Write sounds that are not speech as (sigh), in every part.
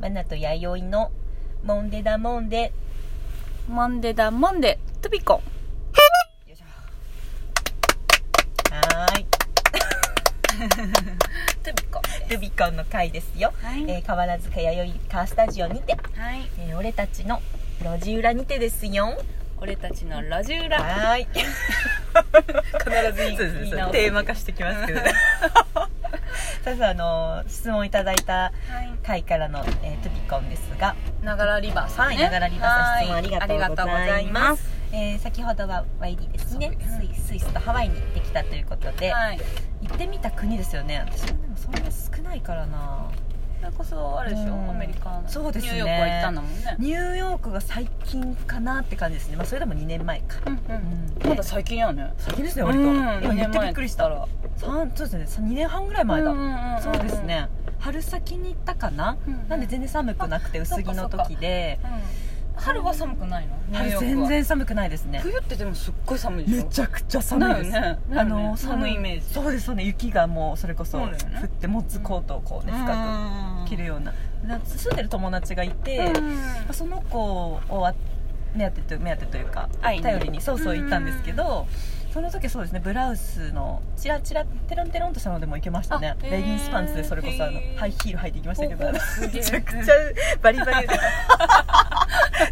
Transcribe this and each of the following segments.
マナと弥生のモンデダモンデモンデだモンデトビコよいしょはーいトビコルビコンの回ですよ、はいえー変わらずか弥生カースタジオにて、はいえー俺たちの路地裏にてですよ俺たちのラジウラはーい必ずそうそう言いそう直テーマ化してきますけど (laughs) さああの質問いただいたはい回からの、えートピコンですが、ながらリバーさんはい、ねながらリバーさん質問あはいりがとうございますあえー先ほどは YD ですねそうスイスイスとハワイに行ってきたということりで、がとうございますはい行ってみた国ですよね私もでもそんな少ないからなそれこそあれでしょうんアメリカのそうですねニューヨークは行ったんだもんねニューヨークが最近かなって感じですね、まあ、それでも2年前か、うんうんうんまだ最近やね先ですね割と、うん今言ってびっくりしたら二そうですね2年半ぐらい前だ、そうですね春先に行ったかな、なんで全然寒くなくて薄着の時でうん春は寒くないのニュー春ヨークは全然寒くないですね冬ってでもすっごい寒いでしめょちゃくちゃ寒いです、だよねだあよねの寒いイメージそうですそうね雪がもうそれこそそ降うだよねって持つコートをこうね深深く着るようなな住んでる友達がいて、うんまあその子をわ目当てと目当てというか会いに頼りにそうそう行ったんですけど、その時そうですねブラウスのチラチラテロンテロンとしたのでも行けましたねあへーレギンスパンツでそれこそあのへーハイヒール履いて行きましたけどほうほうすげ (laughs) めえちゃくちゃバリバリ (laughs)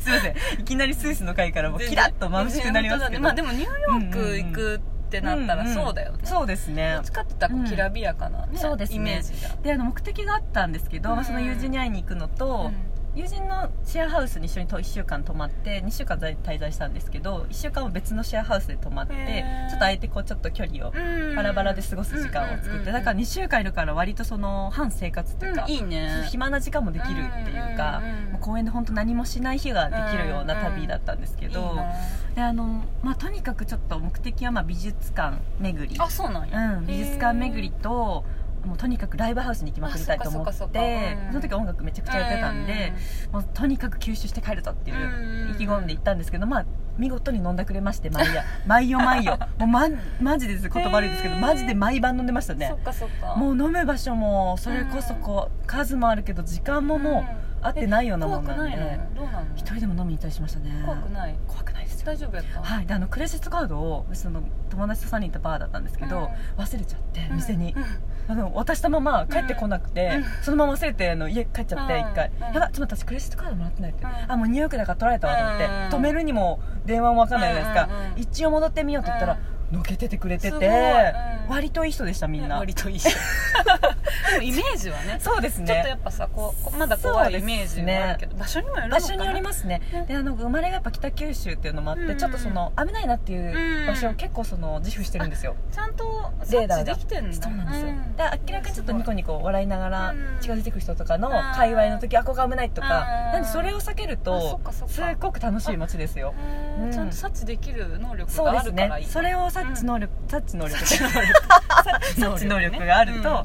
すいませんいきなりスイスの回からもキラッと眩しくなりますけど、まあでもニューヨーク行くってなったらそうだよね、んんそうですねどっちかって言ったらこうきらびやかな、ねうんそうですねイメージだであの目的があったんですけど、うんまあその友人に会いに行くのと、友人のシェアハウスに一緒にと1週間泊まって2週間在滞在したんですけど1週間は別のシェアハウスで泊まってへーちょっとあえてこうちょっと距離をうんバラバラで過ごす時間を作って、だから2週間いるから割とその反生活というか、うんいいね暇な時間もできるっていうか、うんうんうんうんもう公園で本当何もしない日ができるような旅だったんですけど、いいなであのまあ、とにかくちょっと目的はまあ美術館巡りあそうなんや、うん、美術館巡りともうとにかくライブハウスに行きまくりたいと思ってあそそっかそっかそっかうんの時は音楽めちゃくちゃやってたんで、もうとにかく吸収して帰るぞっていううん意気込んで行ったんですけど、まあ見事に飲んだくれまして毎 (laughs) 夜毎夜毎夜もう、ま、マジです言葉悪いですけどへーマジで毎晩飲んでましたそねっかそっかもう飲む場所もそれこそこう数もあるけど時間ももう合ってないようなもんなん怖でくないのどうなの一人でも飲みに行ったりしましたね怖くない怖くないですよ大丈夫やったはいであのクレジットカードをその友達と3人いたバーだったんですけど、忘れちゃってうん店にう、んあの渡したまま帰ってこなくて、うんそのまま忘れてあの家帰っちゃってうん一回、うんやばちょっと待って私クレジットカードもらってないって、うんあもうニューヨークだから取られたわと思って、うん止めるにも電話もわかんないじゃないですか、うんうんうん一応戻ってみようって言ったら、のけててくれてすて、ごいうん割といい人でしたみんな、割 (laughs) といいしでもイメージはねそうですちょっとやねっぱさこうこうまだ怖いイメージもあるけど、場所にもよるのか場な所によりますね、うんであの生まれがやっぱ北九州っていうのもあって、うんうんちょっとその危ないなっていう場所うをん結構その自負してるんですよ、ちゃんとレー察ダ知ーができてんだそうなんですよ、うんで明らかにちょっとニコニコ笑いながらうん血が出てくる人とかのうん界隈の時あここ危ないとかうんなんでそれを避けるあそとっかそっかすっごく楽しい街ですよへーうんちゃんと察知できる能力そうがであするからいいねそれを察知能力察知能 (laughs) 力察 (laughs) 察知知能能力ね力があると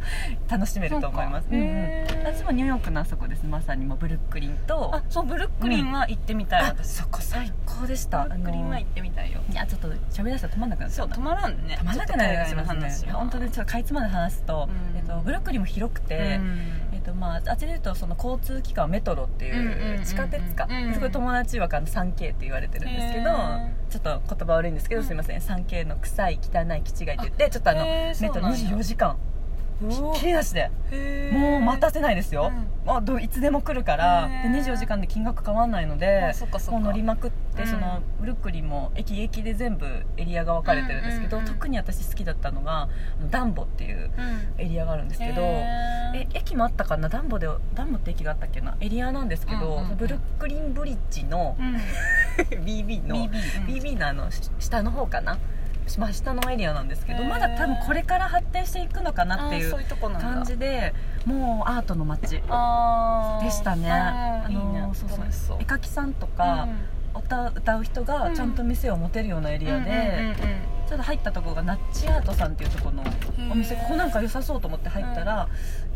楽しめると思いますそううかんうんへー私もニューヨークのあそこですまさにもうブルックリンとあそうブルックリンは行ってみたい、あ私そこ最高でしたブルックリンは行ってみたいよあのいやちょっと喋らせたら止まんなくなっちそゃうう止まらんねたまらなくなるちしょっと海外のます話ねは本当にちょっとかいつまで話すと、うんえっと、ブロックリンも広くて、うんえっとまあ、あっちで言うとその交通機関はメトロってうんうんうんういんう地下鉄か、うんそこで友達はあの 3K って言われてるんですけどへーちょっと言葉悪いんですけど、うんすいません 3K の臭い汚い気違いって言ってちょっとあの、へーメトそうロなんや24時間きりなしでへーもう待たせないですよ、うまあ、どういつでも来るからへでー24時間で金額変わんないのであそっかそっもかう乗りまくって、うんそのブルックリンも駅駅で全部エリアが分かれてるんですけど、うんうんうん特に私好きだったのがあのダンボっていううんエリアがあるんですけど、へーえ駅もあったかなダンボでダンボって駅があったっけなエリアなんですけど、うんうんうんブルックリンブリッジの (laughs) うん BB の BB, BB のあのし下の方かな真下のエリアなんですけどへーまだ多分これから発展していくのかなっていあーそうういうとこなんだ感じでもうアートの街あーでしたねああーいいねのそうそう楽しそう絵描きさんとか、うん歌歌う人うがんちゃんと店を持てるようなエリアで、うんうんうんうんちょっと入ったところがナッチアートさんっていうところのお店ここなんか良さそうと思って入ったら、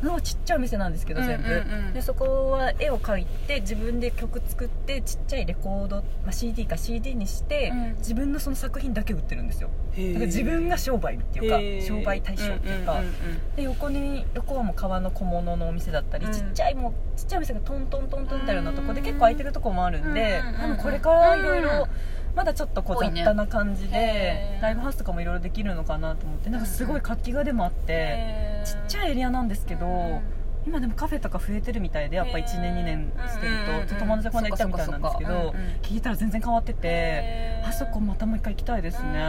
もうちっちゃいお店なんですけど全部、うんうんうんでそこは絵を描いて自分で曲作ってちっちゃいレコード、まあ、CD か CD にして、うん自分のその作品だけ売ってるんですよだだから自分が商売っていうか、商売対象っていうか、んんんで横に横はもう革の小物のお店だったり、うんちっちゃいもうちっちゃいお店がトントントントンってあるようなとこで結構空いてるとこもあるんで、うんうんうん多分これからいろいろまだちょっとこう多い雑ね多な感じで、へーライブハウスとかもいろいろできるのかなと思ってなんかすごい活気がでもあって、へーちっちゃいエリアなんですけど、うん今でもカフェとか増えてるみたいでやっぱ1年2年してると、うんうんうんちょっと友達でこの間行ったみたいなんですけど、そっかそっかそっかうんうん聞いたら全然変わってて。へーあそこまたもう一回行きたいですね、うんいい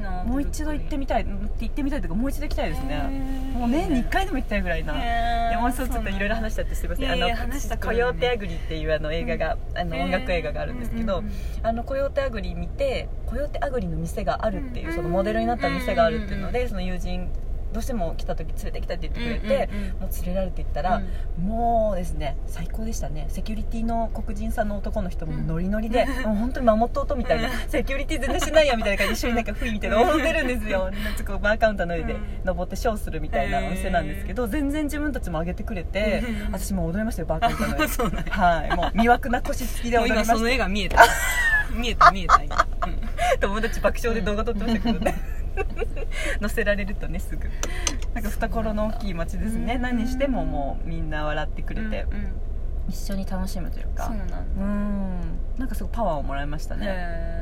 なもう一度行ってみたい行ってみたいというかもう一度行きたいですね、へーもう年に1回でも行きたいぐらいな、へー山本さんちょっといろいろ話しちゃってすいませんいやいやあの話したコからねヨーテアグリ」っていうあの映画が、あのへー音楽映画があるんですけど、うんうんうんあのコヨーテアグリ見てコヨーテアグリの店があるっていう、うんそのモデルになった店があるっていうので、その友人どうしても来た時連れてきたって言ってくれて、うんうんうんもう連れられて行ったら、もうですね最高でしたねセキュリティの黒人さんの男の人もうんノリノ (laughs) リで、もう本当に守っとうとみたいな、うんセキュリティ全然しないやみたいな感じで一緒になんか不意みたいな思ってるんですよなんかこうバーカウンターの上でうん登ってショーするみたいなお店なんですけど、全然自分たちも上げてくれて、うん私もう踊りましたよバーカウンターの上あ (laughs) でそうなんやはいもう魅惑な腰つきでで踊りまも今したその絵が見 (laughs) えた見えた見えた今うん友達爆笑で動画撮ってましたけど (laughs) ね載せられるとねすぐなんか懐の大きい街ですね、うん何してももうみんな笑ってくれて、うんうん一緒に楽しむというかそうなんだうんなんかすごいパワーをもらいましたね、へ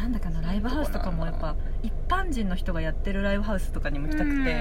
なんだかなライブハウスとかもやっぱ一般人の人がやってるライブハウスとかにもー行きたくて、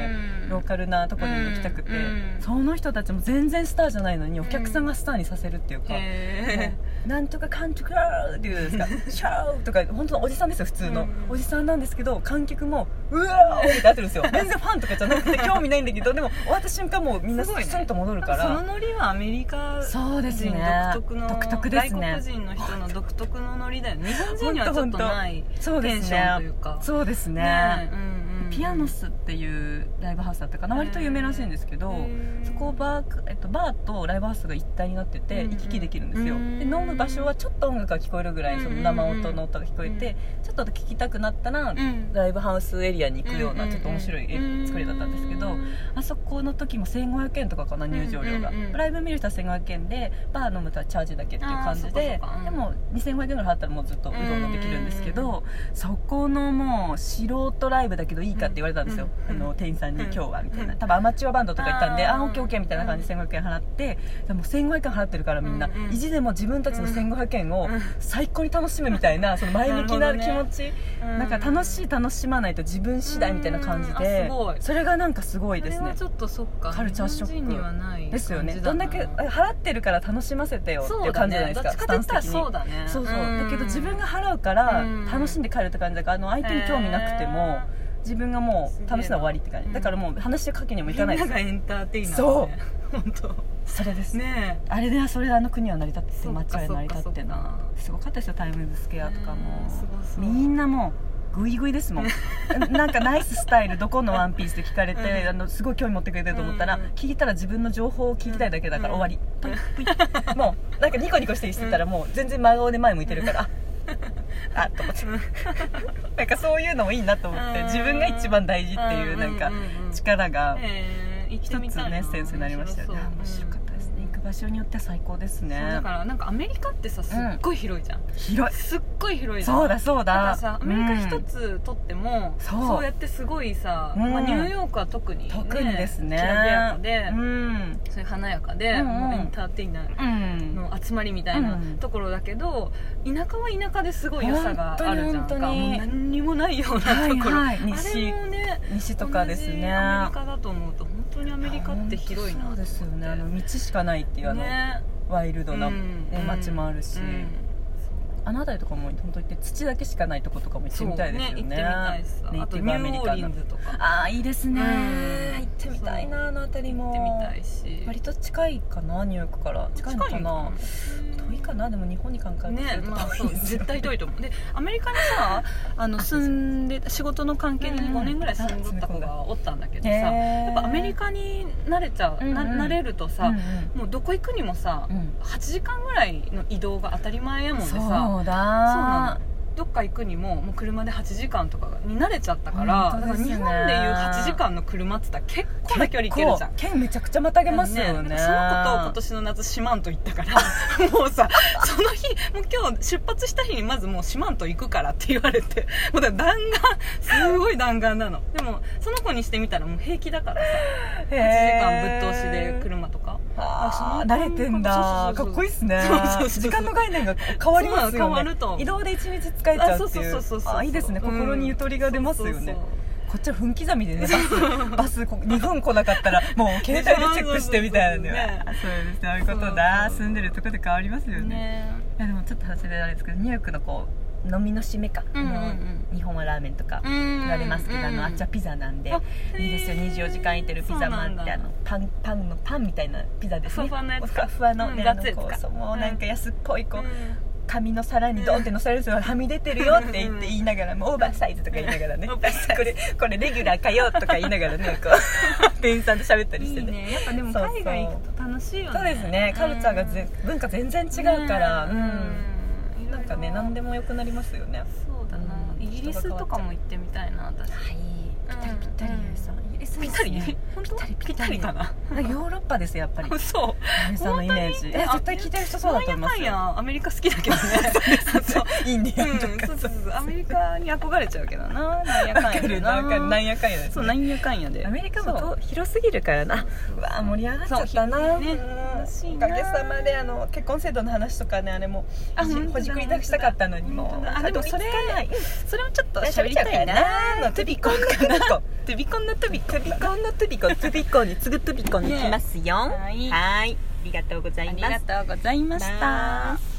ローカルなとこにも行きたくて、うんうんその人たちも全然スターじゃないのにお客さんがスターにさせるっていうか、へもう (laughs) なんとかカントクラーってい (laughs) うんですかシャーとか本当のおじさんですよ普通の、うんおじさんなんですけど観客もうわーってなってるんで (laughs) すよ全然ファンとかじゃなくて興味ないんだけどでも終わった瞬間もうみんなすスごいねンと戻るーかそのらノリはアメリカそうですね独特の独特ですね外国人の人の独特のノリだよね日本人にはちょっとないそうテでンすシねョンというかそうですねえうんうんピアノスっていうライブハウスだったかなうん割と有名らしいんですけど、うんそこをバーク、えっと、バーとライブハウスが一体になっててうんうん行き来できるんですよ、うんで飲む場所はちょっと音楽が聞こえるぐらいその生音の音が聞こえて、ちょっと聞きたくなったら、うんライブハウスエリアに行くようなちょっと面白いうん作りだったんですけど、あそこの時も1500円とかかな入場料が、うんうんうんライブ見る人は1500円でバー飲むとはチャージだけっていう感じであーそっかそっかうんでも2500円ぐらい払ったらもうずっとうろうろできるんですけど、うんうんそこのもう素人ライブだけどいいかって言われたんですよ、うんうんあの店員さんにうん今日はみたいな多分アマチュアバンドとか行ったんでああーあオッケーオッケーみたいな感じで1500円払ってでも1500円払ってるからみんな、うんうん意地でも自分たちの1500円をうん最高に楽しむみたいなその前向きななるほどね気持ち、なんか楽しい楽しまないと自分次第みたいな感じうんあですごいそれがなんかすごいいですそれねはちょっとそっかカルチャーショック日本人にはない感じですよねどだんなだけ払ってるから楽しませてよっていそううだ感じじゃないねでどすっかちかって言ったらスタンス的にそうだねそうそうだけど自分がっ払うからうん楽しんで帰るって感じだからあの相手に興味なくても自分がもう楽しんだら終わりって感すじげえなだからもう話をかけにもいみかんなないですがエンターテイナーそう (laughs) 本当それですねえあれではそれであの国は成り立っててそっか街は成り立ってそっかなすごかったですよタイムズスケアとかもうんすごそうみんなもうグイグイです (laughs) もんなんかナイススタイルどこのワンピースって聞かれて、うんあのすごい興味持ってくれてると思ったら、うん聞いたら自分の情報を聞きたいだけだから、うん終わりぷい (laughs) ぷいもうなんかニコニコしてしてたらもう全然真顔で前向いてる (laughs) から、ああと思ってなんかそういうのもいいなと思って、うん自分が一番大事っていうなんかうんうんうん力がええ行っ一てつみたいなねセンスになりましたよね面面白そう白かったですね行く場所によっては最高ですそうだねからなんかアメリカってさすっごい広いじゃん、広いすっごい広いじゃんそうだそうだだからさアメリカう一んつ取っても、そうそうやってすごいさ、うんまあ、ニューヨークは特に、ね、特にですねきらびやかで、うんそういう華やかで、うんうんもうエンターテイナーうんの集まりみたいなうんところだけど、田舎は田舎ですごい良さがあるじゃ本ん当かに本当にもう何にもないようなところ、はいはいあ西れもね西とかです同じねアメリカだと思うと本当にアメリカって広いなそうですよねあの道しかないっていうあの、ねワイルドな、うねん街もあるし、うんあの辺りとかも本当行って土だけしかないとことかも行ってみたいですよねそうね行ってみたいですあとニューオーリンズとかああいいですね、うん行ってみたいなあの辺り行もってみたいし割と近いかなニューヨークから近いのかな遠いかなでも日本に考えてねるとまあ遠そいうですよ絶対遠いと思うでアメリカにさあの住んで仕事の関係でねうん5年ぐらい住んどった子がおったんだけどさへーやっぱアメリカに慣れちゃうなうんうん慣れるとうさんうんもうどこ行くにもさうん8時間ぐらいの移動が当たり前やもんでそさうそうなだのどっか行くにももう車で8時間とかに慣れちゃったから本だ当からですね日本でいう8時間の車って言ったら結構な距離行けるじゃん結構県めちゃくちゃまたげますよなんねかそのことを今年の夏四万と行ったから (laughs) もうさその日もう今日出発した日にまずもう四万と行くからって言われてもうだから弾丸すごい弾丸なのでもその子にしてみたらもう平気だからさ8時間ぶっ通しで車とかああそあう慣れてんだそうそかうそうそうっこいいっすねそうそうそう時間の概念が変わりますよねそう変わると移動で1日使えちゃうっていうあそうそうそうそうそうあいいですねうん心にゆとりが出ますよね、そうそうこっちは分刻みでねバスバスこ2分来なかったらもう携帯でチェックしてみたいなねそそうですそういうことそうそうだそう住んでるとこで変わりますよそうねねいやでもちょっと話であれですけどニューヨークのこう飲みの締めか、うんうんうんあの日本はラーメンとか言言われますけど、あのあっちはピザなんでいいですよ24時間いてるピザもあってあのパンパンのパンみたいなピザですねふわふわのやつかふわふわの,、ねうんあのガッツリこうですかそうもうなんか安っぽいこう、う紙の皿にドンって乗せられるんですよはみ出てるよって言って言いながらもうオーバーサイズとか言いながらねオーバーサイズこれこれレギュラーかよとか言いながらねこ (laughs) う店員さんと喋ったん、りしいていねねやっぱでもそうそう海外行くと楽しいよねそうですねカルチャーがぜ、文化全然違うから、うんなんかね何でもも良くなりますよねはいそうだな、うんイギリスとかも行ってみたいな私ぴったりぴったりうんさんイギリスでぴったすりね本ぴっ当たりぴったりかななんかヨーロッパですよやっぱり (laughs) 嘘ゆりさんのイメージ本当にえ絶対聞いてる人そうだと思いますなんやかんやアメリカ好きだけどねそう (laughs) そうインディアンとうんかそうさそうそうアメリカに憧れちゃうけど (laughs) ななんやかんわかやでるなんかなんややかんやですそうねなんやかんやでアメリカもそうと広すぎるからなうわー盛り上がっちゃったそなうねうん楽しいおなかげさまであの結婚制度の話とかねあれもあ本当だほじくり出したかったのに本も当だあたでどもり着そかれないそれもちょっと喋りたいななのトゥビコンかなとトゥビコンのトゥビコントゥビコンのトゥビコントゥビコンに次ぐトゥビコンに来ますよねはいはいありがとうございあまりすがとうございましたまあ